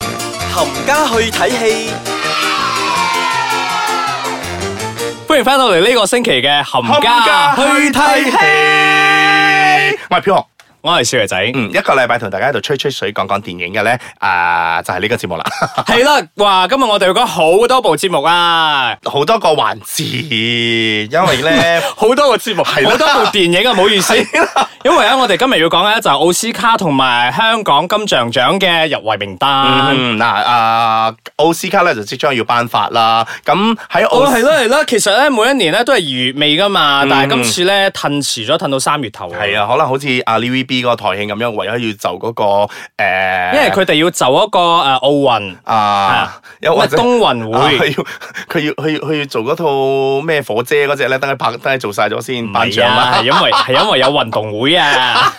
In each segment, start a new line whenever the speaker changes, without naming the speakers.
冚家去睇戲，
歡迎翻到嚟呢個星期嘅冚家去睇戲，
我係飄紅，
我係少爺 仔。
嗯，一個禮拜同大家喺度吹吹水、講講電影嘅咧，啊，就係呢個節目啦，
係啦，哇！今日我哋要講好多部節目啊，
好多個環節，因為咧
好多個節目，
係啦
好多部電影啊，唔好意 思。因為咧，我哋今日要講嘅咧就係奧斯卡同埋香港金像獎嘅入圍名單。
嗯嗱啊，奧斯卡咧就即將要頒發啦，咁喺
哦，
奧
係
斯
啦係啦，其實咧每一年咧都係二月尾噶嘛，但係今次咧褪遲咗，褪到三月頭。
係，嗯啊，可能好似啊 TVB 嗰個台慶咁樣，為咗要就嗰個誒，
因為佢哋要就一個誒奧運。
啊，又
咩
或者
冬運
啊
會
佢要佢要佢要佢要做嗰套咩火姐嗰只咧，等佢拍，等佢做晒咗先
唔
頒獎
係啊，
啦
係。因為係因為有運動會 啊。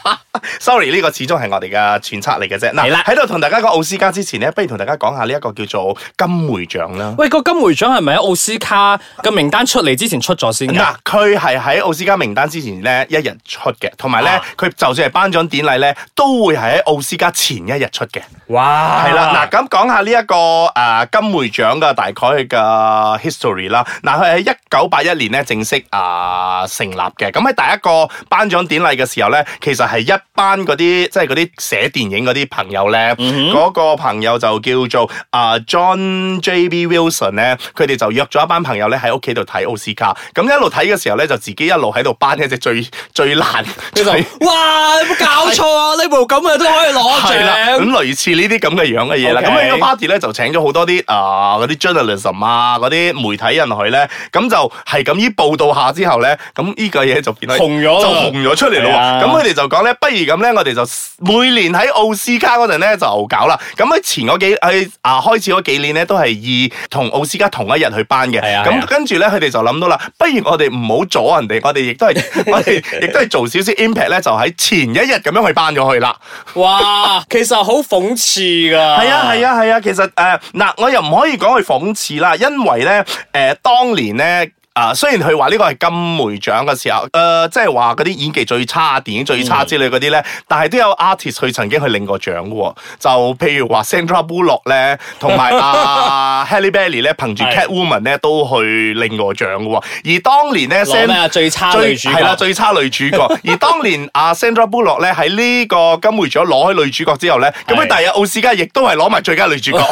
Sorry，呢個始終係我哋嘅揣測嚟嘅啫。
係啦
嗱，喺度同大家講奧斯卡之前咧，不如同大家講下呢一個叫做金梅獎啦。
喂，個金回獎係咪喺奧斯卡嘅名單出嚟之前出咗先㗎？
嗱，佢係喺奧斯卡名單之前咧一日出嘅，同埋咧
啊
佢就算係頒獎典禮咧，都會係喺奧斯卡前一日出嘅。
哇
係啦，嗱咁講下呢、一個誒、呃金梅獎嘅大概佢嘅 history 啦。嗱，佢喺一九八一年咧正式啊、呃成立嘅。咁喺第一個頒獎典禮嘅時候咧，其實係一班嗰啲即係嗰啲寫電影嗰啲朋友咧，嗰、
嗯
個朋友就叫做啊、呃 John J.B. Wilson 咧，佢哋就約咗一班朋友咧喺屋企度睇奧斯卡。咁一路睇嘅時候咧，就自己一路喺度頒一隻最最難
佢
最
就哇，有冇搞錯啊？呢部咁嘅都可以攞
係啦，咁
獎。
類似呢啲咁嘅樣嘅嘢啦。
OK
咁呢個 party 咧就請咗好多啲啊嗰啲 journalism 啊嗰啲媒體人去咧，咁就係咁依報道下之後咧，咁呢個嘢就變咗
紅咗
就
啦
紅咗出嚟咯
係啊
喎。咁佢哋就講咧，不如咁咧，我哋就每年喺奧斯卡嗰陣咧就搞啦。咁喺前嗰幾喺啊開始嗰幾年咧都係以同奧斯卡同一日去頒嘅。
係啊係啊
咁跟住咧佢哋就諗到啦，不如我哋唔好阻人哋，我哋亦都係我哋亦都係做少少 impact 咧，就喺前一日咁樣去頒咗佢啦。
哇，其實好諷刺㗎。
係啊係
啊，
啊係啊，其實誒嗱、我又唔可以講佢諷刺啦，因為咧誒、當年咧。啊，雖然佢話呢個係金梅獎嘅時候，誒、呃即係話嗰啲演技最差、電影最
嗯
差之類嗰啲咧，但係都有 artist 佢曾經去領過獎嘅喎，就譬如話 Sandra Bullock 咧，同埋 啊 Halle Berry 咧，憑住
係
Catwoman 咧都去領過獎嘅喎，而當年咧
攞
Sand-
咩啊？最差女主角
係啦，最差女主 角。而當年阿 Sandra Bullock 咧喺呢個金梅獎攞開女主角之後 咧，咁
係
佢第日奧斯卡亦都係攞埋最佳 女主角。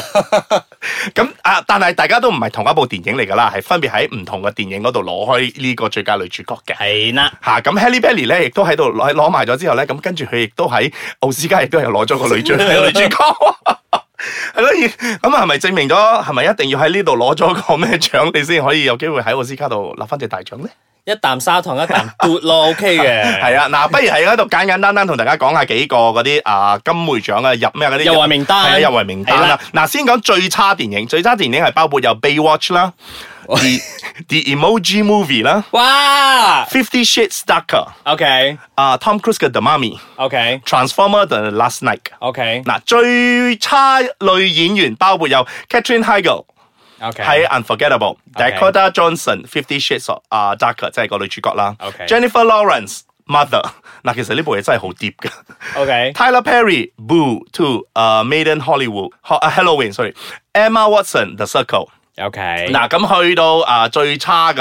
咁啊，但係大家都唔係同一部電影嚟㗎啦，係分別喺唔同嘅電影嗰度攞開呢個最佳女主角嘅。
係啦。
嚇咁 Halle Berry 咧，亦都喺度攞攞埋咗之後咧，咁跟住佢亦都喺奧斯卡亦都有攞咗個 女主女主角。 係咯，而咁係啊咪證明咗係咪一定要喺呢度攞咗個咩獎，你先可以有機會喺奧斯卡度攞翻隻大獎咧？
一啖砂糖一啖嘟咯，OK 嘅。
係啊，嗱，不如喺嗰度簡簡單單同大家講下幾個嗰啲啊金梅獎啊入咩嗰啲
入圍名單
係啊入圍名單啦。嗱，先講最差電影，最差電影係包括有《Baywatch》啦，《The The Emoji Movie》啦，
哇
《Fifty Shades Darker》
，OK
啊，Tom Cruise 嘅《The Mummy》，
OK
《Transformer The Last Night》。
OK
嗱，最差女演員包括有 Catherine Heigl。
OK，
喺 Unforgettable、
Okay
Dakota Johnson、Fifty Shades of 啊 Darker，即係個女主角啦。
Okay
Jennifer Lawrence、Mother，嗱其實呢部嘢真係好 deep 嘅。
OK
Tyler Perry、Boo Two、啊 Maiden Hollywood、Ho- 啊 Halloween sorry、Emma Watson、The Circle。
OK
嗱咁去到啊最差嘅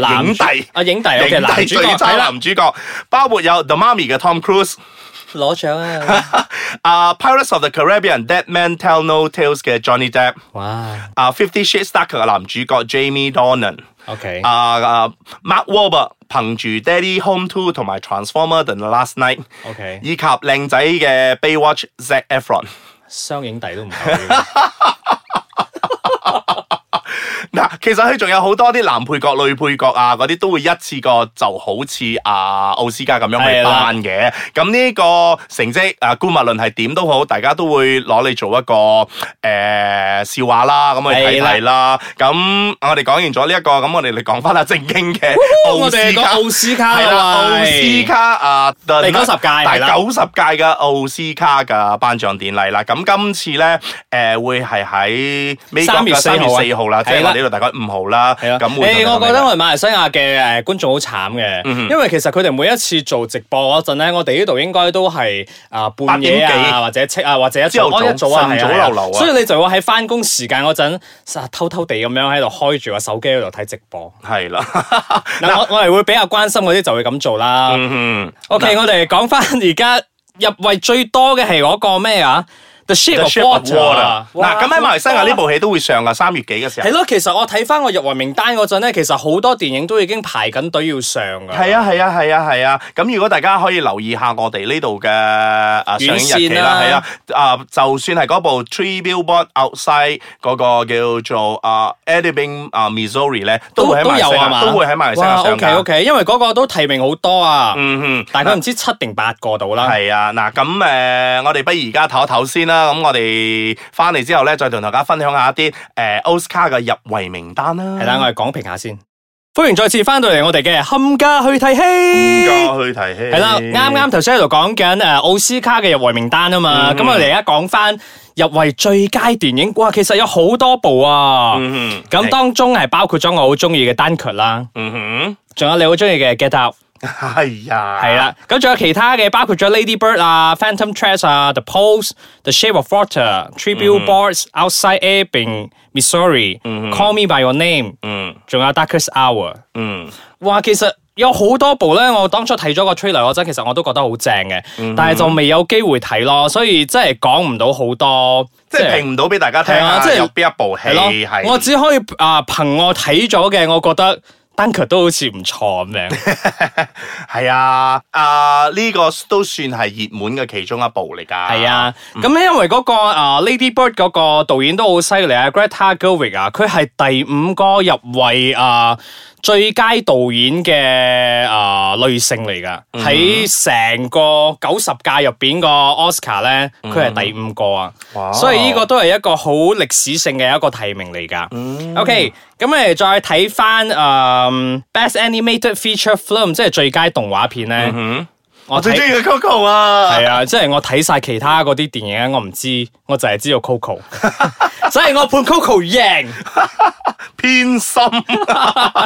男
影
主
帝。
啊影帝，OK
影
男
帝
主角
最差
係啦
男主角，包括有 The Mummy 嘅 Tom Cruise，
攞獎啊！
啊 Pirates of the Caribbean Dead Man Tell No Tales 嘅 Johnny Depp，
哇
啊 Fifty Shades Darker 嘅男主角 Jamie Dornan。
，OK
啊啊，Mark Wahlberg 憑住《Daddy Home Two》同埋《Transformer The Last Night》，
OK，
以及靚仔嘅《Baywatch》Zac Efron。
雙影帝都唔 夠。
嗱，其實佢仲有好多啲男配角、女配角啊，嗰啲都會一次過就好似啊奧斯卡咁樣
係
去
啦
頒嘅。咁呢個成績啊，姑勿論係點都好，大家都會攞嚟做一個誒、呃笑話啦，咁去睇睇啦。咁啊我哋講完咗呢一個，咁我哋嚟講翻下正經嘅奧
我哋
斯
講
卡。
奧斯卡
係啦，
啦，
奧
喂
斯卡啊，
第90屆係啦
第九十屆嘅奧斯卡嘅頒獎典禮啦。咁今次咧，誒會係喺美國
3月
嘅
4
三月
號啊
四號啦，即係
係啦
我哋呢度大概五號啦。
系啊，
咁
誒
會同
我
你
覺得我哋馬來西亞嘅誒觀眾好慘
嗯
嘅，因為其實佢哋每一次做直播嗰陣咧，我哋呢度應該都係啊半夜
八點幾
啊，或者七啊，或者一
朝頭
哦
早
一早啊，
晨早
係啊
流流啊
所以你就會喺翻工時間嗰陣，實偷偷地咁樣喺度開住個手機喺度睇直播。
係 啦，
嗱，我我係會比較關心嗰啲就會咁做啦。
嗯
OK，我哋講翻而家入圍最多嘅係嗰個咩啊？The Shape
The
of
Shape of
Water 啊。
嗱，咁喺馬來西亞呢部戲都會上噶，三月幾嘅時候
係。咯，其實我睇翻我入圍名單嗰陣咧，其實好多電影都已經排緊隊要上㗎。
係啊係啊係啊係啊！咁如果大家可以留意下我哋呢度嘅啊上映
院
日
線
期啦，
啦
係啊啊，就算係嗰部 Three Billboard Outside 嗰個叫做啊 Ebbing 啊 Missouri 咧，都會喺馬來西
有啊嘛
亞，都會喺馬來西亞上
O K
㗎
O K，因為嗰個都提名好多啊，
嗯哼。
大概唔知七定八個到啦。
係啊，嗱咁誒，我哋不如而家唞一唞先啦。咁我哋翻嚟之後咧，再同大家分享下一啲誒 Oscar 嘅入圍名單啦。
係啦，我哋講評下先。歡迎再次翻到嚟我哋嘅冚家去睇
邊
戲。
個去提戲？
係啦，啱啱頭先喺度講緊誒奧斯卡嘅入圍名單啊嘛，
嗯
咁、我哋而家講翻入圍最佳電影，哇，其實有好多部啊，
嗯哼，
咁、當中係包括咗我好中意嘅《單曲》啦，
嗯
仲有你好中意嘅《Get Out》。
哼，係啊，
係啦，咁仲有其他嘅，包括咗 Lady Bird 啊、Phantom Threads 啊、The Post、The Shape of Water、Three
嗯
Billboards、Outside Ebbing、Missouri、Call Me by Your Name，
嗯
仲有 Darkest Hour。
嗯。
哇，其實有好多部咧，我當初睇咗個 trailer 嗰陣，其實我都覺得好正嘅，
嗯
但係就未有機會睇咯，所以真係講唔到好多，
即係評唔到俾大家聽
係
下
啊即係
有邊一部戲
係
係
咯。我只可以啊，憑我睇咗嘅，我覺得單曲都好似唔錯咁樣。
係啊，啊呢個都算係熱門嘅其中一部嚟㗎。
系，啊，
嗯
咁咧、因為嗰、個啊 Lady Bird 嗰個導演都好犀利啊，Greta Gerwig 啊，佢係第五個入圍啊最佳導演嘅啊女性嚟噶，
嗯
喺成、個九十屆入邊個 Oscar 咧，佢係第五個啊，
嗯哇
所以呢個都係一個好歷史性嘅一個提名嚟噶。OK，咁
嗯
誒再睇翻誒 Best Animated Feature Film，即係最佳動畫片咧，
嗯我
我
最
睇
中意嘅 Coco 啊，
系啊，即系我睇晒其他嗰啲電影，我唔知，我就係知道 Coco，所以我判 Coco 贏。
偏心。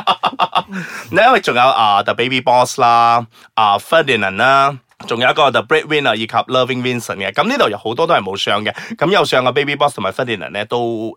你因為仲有啊 The Baby Boss 啦，啊 Ferdinand 啦。仲有一個 The Breadwinner 以及 Loving Vincent 嘅，咁呢度有好多都係冇上嘅，咁有上嘅 Baby Boss 同埋 Ferdinand 咧都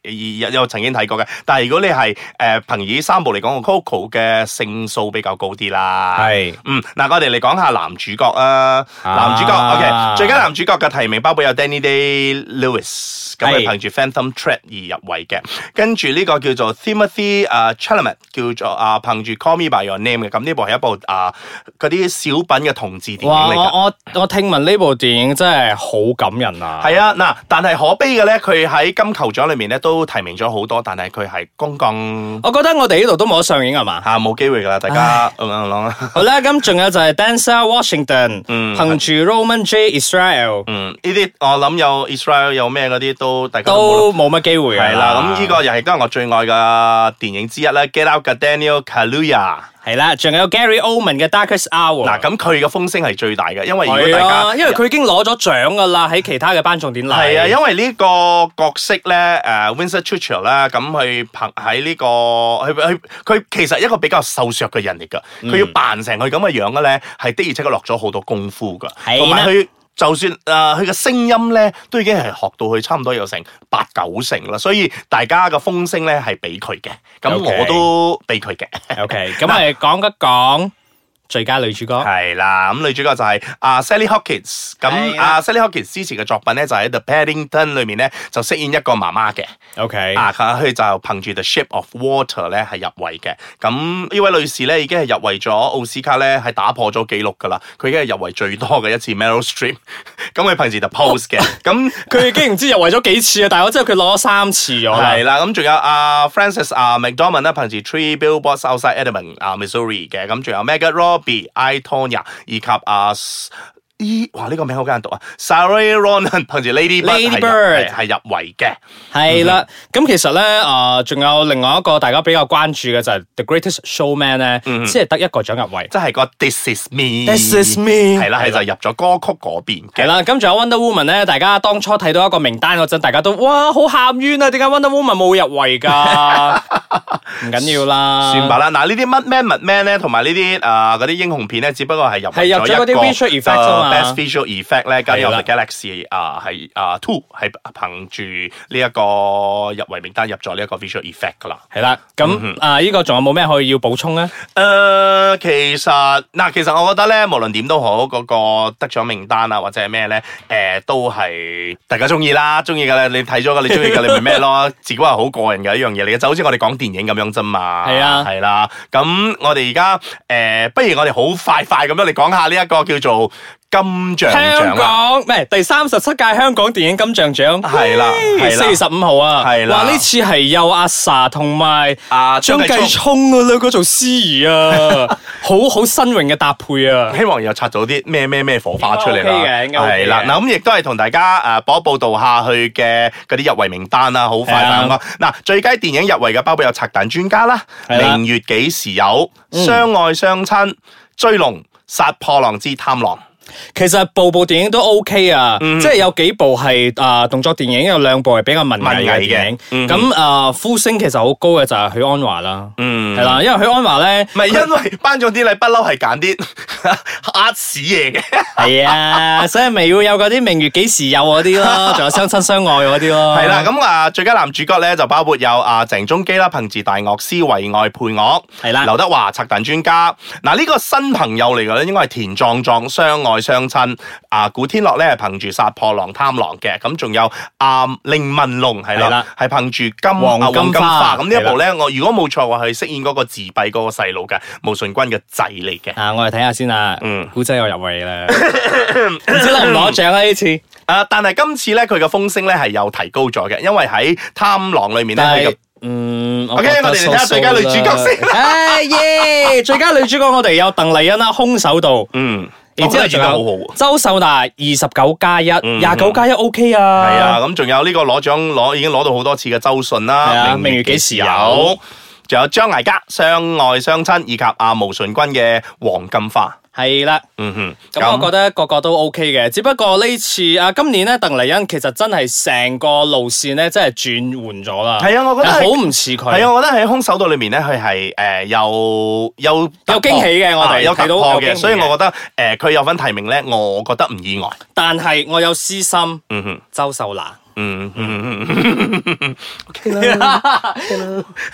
誒有有曾經睇過嘅，但係如果你係誒、呃、憑以三部嚟講，Coco 嘅勝數比較高啲啦。
係
嗯，嗱，我哋嚟講下男主角啊，
啊
男主角，OK，最佳男主角嘅提名包括有 Danny Day Lewis，咁
係
佢憑住 Phantom Thread 而入圍嘅，跟住呢個叫做 Timothy 啊 Chalamet 叫做啊憑住 Call Me by Your Name 嘅，咁呢部係一部啊嗰啲小品嘅同志電影
哇！
嚟
我
㗎。
我我聽聞呢部電影真係好感人啊！
係啊，嗱，但係可悲嘅咧，佢喺金球獎裏面咧都提名咗好多，但係佢係公共
我覺得我哋呢度都冇得上映係啊嘛？
嚇冇機會㗎啦，大家嗯咁樣諗啦。
好啦，咁仲有就係 Denzel Washington，
嗯
憑住 Roman J. Israel
嗯，呢啲我諗有 Israel 有咩嗰啲都大家都冇諗
都冇乜機會㗎
係啦，咁呢個又係都係我最愛嘅電影之一啦，《Get Out》嘅 Daniel Kaluuya。
係啦，仲有 Gary Oldman 嘅 Darkest Hour。
嗱，咁佢嘅風聲係最大嘅，因為如果
係
大
哦啊，
家
因為佢已經攞咗獎㗎啦，喺其他嘅頒獎典禮。
係啊，因為呢個角色咧，誒呃 Winston Churchill 啦，咁佢憑喺呢個佢佢佢其實一個比較瘦削嘅人嚟㗎，
嗯
佢要扮成佢咁嘅樣嘅咧，係的而且確落咗好多功夫㗎，
係啦
同埋佢。就算誒佢嘅聲音咧，都已經係學到佢差唔多有成八九成啦，所以大家嘅風聲咧係俾佢嘅，咁
OK
我都俾佢嘅。
OK，咁我哋講一講最佳女主角。
係啦，咁女主角就係啊 Sally Hawkins。
係
咁
啦
啊 Sally Hawkins 之前嘅作品咧，就喺 The Paddington 裏面咧，就飾演一個媽媽嘅。
OK，
啊，佢就憑住 The Shape of Water 咧係入圍嘅。咁呢位女士咧已經係入圍咗奧斯卡咧，係打破咗紀錄㗎啦。佢已經係入圍最多嘅一次 Meryl Streep。咁佢憑住 The Post 嘅。咁
佢已經唔知入圍咗幾次啊！但係我知道佢攞咗三次咗啦。
係啦，咁仲有阿 Francis 啊 McDormand 啦，憑住 Three Billboards Outside Edmond 啊 Missouri 嘅，咁仲有 Megan Robbie、I Tonya 以及啊伊，哇！呢、個名好艱難讀啊，Sarah Ronan 憑住 Lady
Lady Bird
Bird 係入係係入圍嘅，
系
嗯
啦，咁其實咧，诶、仲有另外一個大家比較關注嘅就係 The Greatest Showman 咧，
嗯
只係得一個獎入圍。
即係個 This Is Me。
me
係啦，係就入咗歌曲嗰邊
系
嘅。
啦，咁仲有 Wonder Woman 咧，大家當初睇到一個名單嗰陣，大家都哇好喊冤啊！點解 Wonder Woman 冇入圍 㗎？唔緊要啦，
算吧啦，嗱呢啲乜 man 乜 man 咧，同埋呢啲啊嗰啲英雄片咧，只不過係入
係入咗嗰啲 visual effects 啊嘛
呃 Best Visual Effect 咧，加入
係啦
The Galaxy 啊係啊 Two 係憑住呢一個入圍名單入咗呢一個 Visual Effect 噶啦。
係啦，
嗯
咁啊呢個仲有冇咩可以要補充咧？
誒、呃其實嗱、其實我覺得咧，無論點都好，嗰、個得獎名單啊，或者係咩咧，誒、都係大家中意啦，中意嘅咧，你睇咗嘅，你中 意嘅，你咪咩咯，自己係好個人嘅一樣嘢嚟嘅，就好似我哋講電影咁樣啫嘛。
係啊
係啦。咁我哋而家誒，不如我哋好快快咁樣嚟講下呢一個叫做金像啊
香
獎啦。
港唔係第三十七屆香港電影金像獎，
係啦係啦
四月十五號啊，
係啦
哇呢次係有阿 sa 同埋
啊
張繼
聰
聰啊兩個做司 儀啊，好好新穎嘅搭配啊！
希望又刷到啲咩咩咩火花出
應
嚟啦
該 OK 嘅應該 OK 嘅
係啦，嗱咁亦都係同大家誒播報道下去嘅嗰啲入圍名單啦，好快
係啊
咁講。嗱，最佳電影入圍嘅包括有《拆彈專家》啦，
係
《
啦嗯
明月幾時有》、《相愛相親》、《追龍》、《殺破狼之貪狼》。
其實部部電影都 OK 啊，即係有幾部係啊、動作電影，有兩部係比較文藝
文
嘅
藝嘅
電
嗯
影。咁啊、呼聲其實好高嘅就係許鞍華啦，
嗯
係。啦，因為許鞍華 咧
唔係因為頒獎典禮不嬲係揀啲 呃屎嘢嘅，
係啊，所以咪要有嗰啲明月幾時有嗰啲咯，仲有相親相愛嗰啲咯。
係啦，咁啊最佳男主角咧就包括有啊鄭中基啦，憑住大樂師為愛配樂，
係啦
劉德華拆彈專家。嗱呢個新朋友嚟嘅咧，應該係田壯壯相愛相親。啊，古天樂咧係憑住殺破狼貪狼嘅，咁仲有啊令文龍係
係
啦
啦，
係憑住金
黃
啊
金花
咁呢一部咧，我如果冇錯嘅話，佢飾演嗰個自閉嗰個細佬嘅毛舜筠嘅仔嚟嘅。
啊，我哋睇下先啊
嗯，
古仔又入圍 啦，唔知攞唔攞獎啊呢次？
啊，但係今次咧佢嘅風聲咧係有提高咗嘅，因為喺貪狼裏面咧
但
佢嘅
係。嗯
OK，我哋嚟睇下最佳女主角 先啦
唉哎耶！最佳女主角我哋有鄧麗欣啦，空手道。
嗯，
然之後仲
做得好好
有
喎。
周秀娜二十九加一，
嗯
廿九加一 OK 啊。
系啊，，咁仲有呢個攞獎攞已經攞到好多次嘅周迅
係
啦，
啊
明月幾時
明月幾時
有？仲有張艾嘉相愛相親，以及阿毛舜筠嘅黃金花。
係啦。
嗯哼，
咁我覺得個個都 OK 嘅，只不過呢次啊，今年咧鄧麗欣其實真係成個路線咧，真係轉換咗啦。
係啊我覺得
係
係
好唔似
係
佢。
啊，我覺得喺《空手道》裏面咧，佢係誒有有
有驚喜嘅我哋
啊有突
睇到
破
有
嘅，
驚喜嘅
所以我覺得誒佢有份提名咧，我覺得唔意外。
但係我有私心，
嗯哼，
周秀娜。
嗯嗯嗯嗯，OK 啦，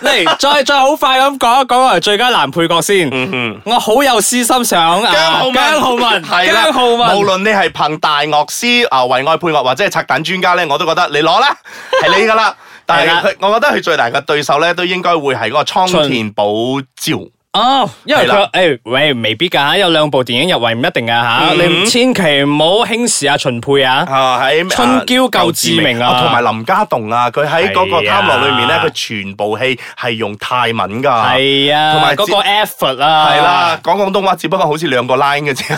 嚟，再再好快咁講一講啊，最佳男配角先。
嗯哼。
我好有私心想啊，
姜浩文，
姜浩文，
係啦，
姜浩文，
無論你係憑大樂師啊、為愛配樂或者係拆彈專家咧，我都覺得你 攞啦，係你噶啦。但係佢，我覺得佢最大嘅對手咧，都應該會係嗰個倉田保昭。
哦，因為
係啦
佢诶喂，未必㗎，有兩部電影入圍唔一定㗎吓，你千祈唔好輕視阿秦沛啊。
啊！喺
春嬌救志明啊
同埋林家棟啊，佢喺嗰個《
係啊
貪狼》裏面咧，佢全部戲係用泰文噶，
係啊，同
同埋
埋嗰個 effort 啊，
係啦，講廣東話只不過好似兩個 line 嘅啫。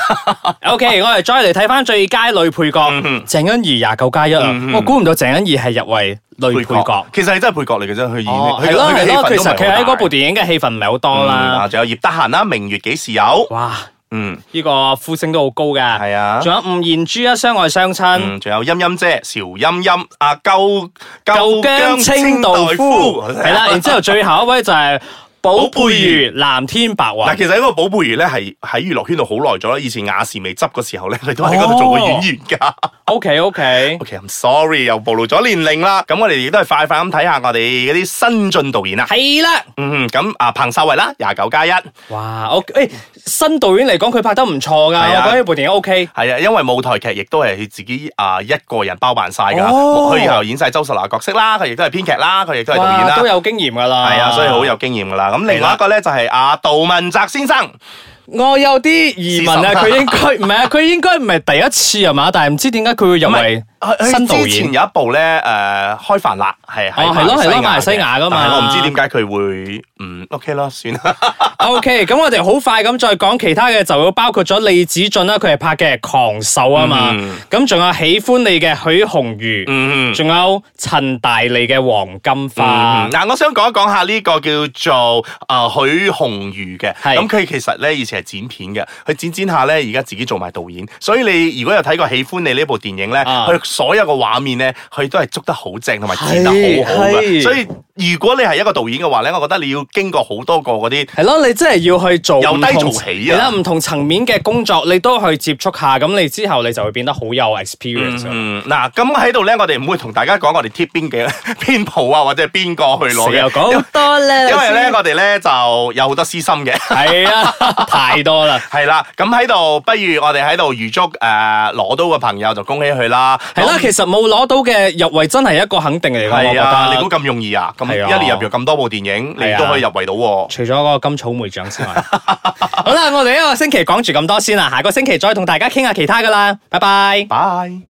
OK，我哋再嚟睇翻最佳女配角，鄭欣宜廿九加一啊！我估唔到鄭欣宜係入圍女配角。
其實係真係配角嚟嘅啫，佢演
哦，
佢
係
嘅
咯
佢嘅
係咯，其
戲份都唔係
實佢喺
好
嗰
大
部電影嘅戲份唔係好多
嗯
啦
啊。仲有葉德嫻啦，《明月幾時有》
哇，
嗯。
呢個呼聲都好高㗎。
係啊
仲有吳彥珠啊，相愛相親。
嗯，仲有音音姐、邵音音、阿鳩
舊姜清道夫係 啦，然之後最後一位就係寶貝如藍天白雲
嗱，。其實呢個寶貝兒咧係喺娛樂圈度好耐咗啦，以前亞視未執嗰時候咧，佢都喺嗰度做過演員㗎。
OK OK，
OK，I'm sorry，又暴露咗年齡啦。咁我哋亦都係快快咁睇下我哋嗰啲新晉導演啊。
係啦，
嗯，咁啊彭秀慧啦，廿九加一，係
哇我誒新導演嚟講，佢拍得唔錯㗎，
係
我
啊
覺得呢部電影 OK。
啊，因為舞台劇亦都係佢自己啊一個人包辦晒㗎，
哦
佢又演晒周秀娜角色啦，佢亦都係編劇啦，佢亦都係導演
哇
啦
都。有經驗㗎啦。
係啊，所以好有經驗㗎啦。咁另外一個咧就係阿杜汶澤先生。
我有啲疑問啊，
事實
佢應該唔係啊，佢應該唔係第一次係嘛？但係唔知點解佢會入
唔係
圍
佢
新導演
之前有一部咧，誒、開飯辣係喺
哦係咯係咯馬來西亞㗎嘛
但係我唔知點解佢會嗯 OK 啦，算啦。
OK，咁我哋好快咁再講其他嘅，就會包括咗李子俊啦，佢係拍嘅《狂獸》啊嘛
嗯，
咁仲、有喜歡你嘅許紅瑜，
嗯
仲、有陳大利嘅黃金花。
嗯嗱、我想講一講下呢個叫做啊、許紅瑜嘅，
係
咁佢其實咧以前係剪片嘅，佢剪剪下咧，而家自己做埋導演，所以你如果有睇過《喜歡你》呢部電影咧，
啊
佢、所有嘅畫面咧，佢都係捉得好正，同埋剪得好好
係係
嘅。所以如果你係一個導演嘅話咧，我覺得你要經過好多個嗰啲。
係咯，你真係要去做
由低
唔同
做起啊
係啦，唔同層面嘅工作，你都去接觸下，咁你之後你就會變得好有 experience 啊。
嗯，嗱，咁喺度咧，我哋唔會同大家講我哋貼邊嘅 邊鋪啊，或者係邊個去攞
時
嘅
候，講好多啦，
因為咧我哋咧就有好多私心嘅。
係 啊，太多啦。
係啦，咁喺度，不如我哋喺度預祝誒攞、到嘅朋友就恭喜佢啦。
係啦，其實冇攞到嘅入圍真係一個肯定嚟㗎，我覺
係啊，你
得
估。咁容易啊？咁
係啊
一年入咗咁多部電影，
係啊
你都可以入圍到喎。
除咗嗰個金草莓獎之外，好啦，我哋一個星期講住咁多先啦，下個星期再同大家傾下其他噶啦，拜拜。
拜。